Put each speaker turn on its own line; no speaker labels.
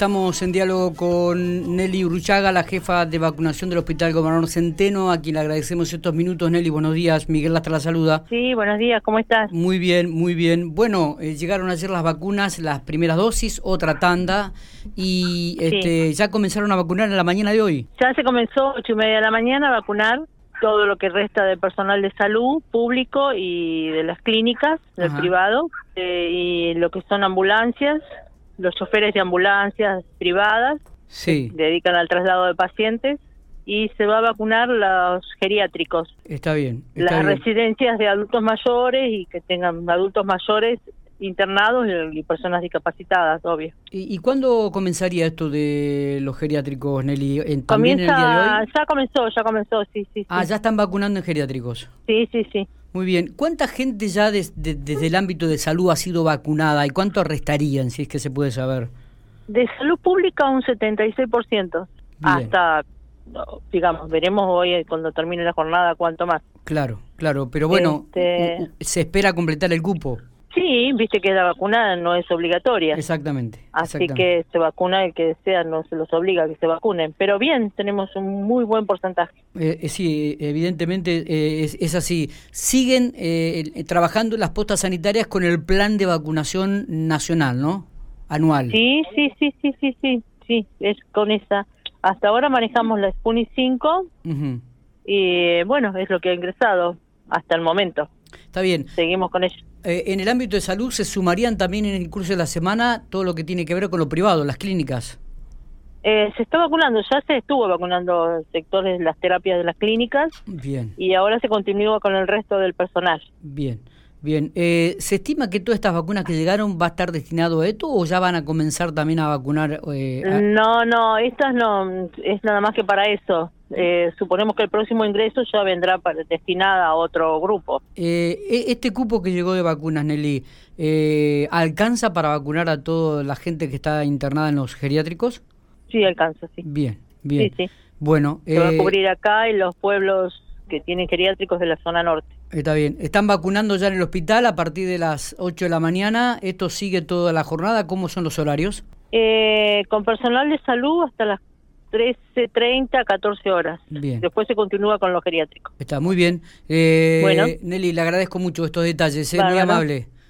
Estamos en diálogo con Nelly Urruchaga, la jefa de vacunación del Hospital Gobernador Centeno, a quien le agradecemos estos minutos. Nelly, buenos días. Miguel hasta la saluda.
Sí, buenos días, ¿cómo estás?
Muy bien, muy bien. Bueno, eh, llegaron ayer las vacunas, las primeras dosis, otra tanda, y este, sí. ya comenzaron a vacunar en la mañana de hoy.
Ya se comenzó, ocho y media de la mañana, a vacunar todo lo que resta de personal de salud público y de las clínicas, del Ajá. privado, eh, y lo que son ambulancias, los choferes de ambulancias privadas
sí.
se dedican al traslado de pacientes y se va a vacunar los geriátricos.
Está bien.
Está
las
bien. residencias de adultos mayores y que tengan adultos mayores internados y personas discapacitadas, obvio.
¿Y, y cuándo comenzaría esto de los geriátricos, Nelly?
¿En, Comienza, en el día de hoy? ya comenzó, ya comenzó, sí, sí.
Ah,
sí.
ya están vacunando en geriátricos.
Sí, sí, sí.
Muy bien. ¿Cuánta gente ya des, de, desde el ámbito de salud ha sido vacunada y cuánto restarían, si es que se puede saber?
De salud pública un 76%. Bien. Hasta, digamos, veremos hoy eh, cuando termine la jornada cuánto más.
Claro, claro. Pero bueno, este... se espera completar el cupo.
Sí, viste que la vacuna no es obligatoria.
Exactamente.
Así exactamente. que se vacuna el que desea, no se los obliga a que se vacunen. Pero bien, tenemos un muy buen porcentaje.
Eh, eh, sí, evidentemente eh, es, es, así. Siguen eh, trabajando las postas sanitarias con el plan de vacunación nacional, ¿no? Anual.
Sí, sí, sí, sí, sí, sí, sí, es con esa. Hasta ahora manejamos la Spuni 5 uh -huh. y bueno, es lo que ha ingresado hasta el momento.
Está bien.
Seguimos con ello.
Eh, en el ámbito de salud se sumarían también en el curso de la semana todo lo que tiene que ver con lo privado, las clínicas.
Eh, se está vacunando, ya se estuvo vacunando sectores de las terapias de las clínicas.
Bien.
Y ahora se continúa con el resto del personal.
Bien, bien. Eh, ¿Se estima que todas estas vacunas que llegaron va a estar destinado a esto o ya van a comenzar también a vacunar? eh, A...
No, no, estas no, es nada más que para eso. Eh, suponemos que el próximo ingreso ya vendrá para, destinada a otro grupo.
Eh, este cupo que llegó de vacunas, Nelly, eh, ¿alcanza para vacunar a toda la gente que está internada en los geriátricos?
Sí, alcanza, sí.
Bien, bien.
Sí, sí.
Bueno, eh,
se va a cubrir acá en los pueblos que tienen geriátricos de la zona norte.
Está bien. Están vacunando ya en el hospital a partir de las 8 de la mañana. Esto sigue toda la jornada. ¿Cómo son los horarios?
Eh, con personal de salud hasta las 13.30 a 14 horas.
Bien.
Después se continúa con lo geriátrico.
Está muy bien. Eh,
bueno.
Nelly, le agradezco mucho estos detalles, es ¿eh? muy amable.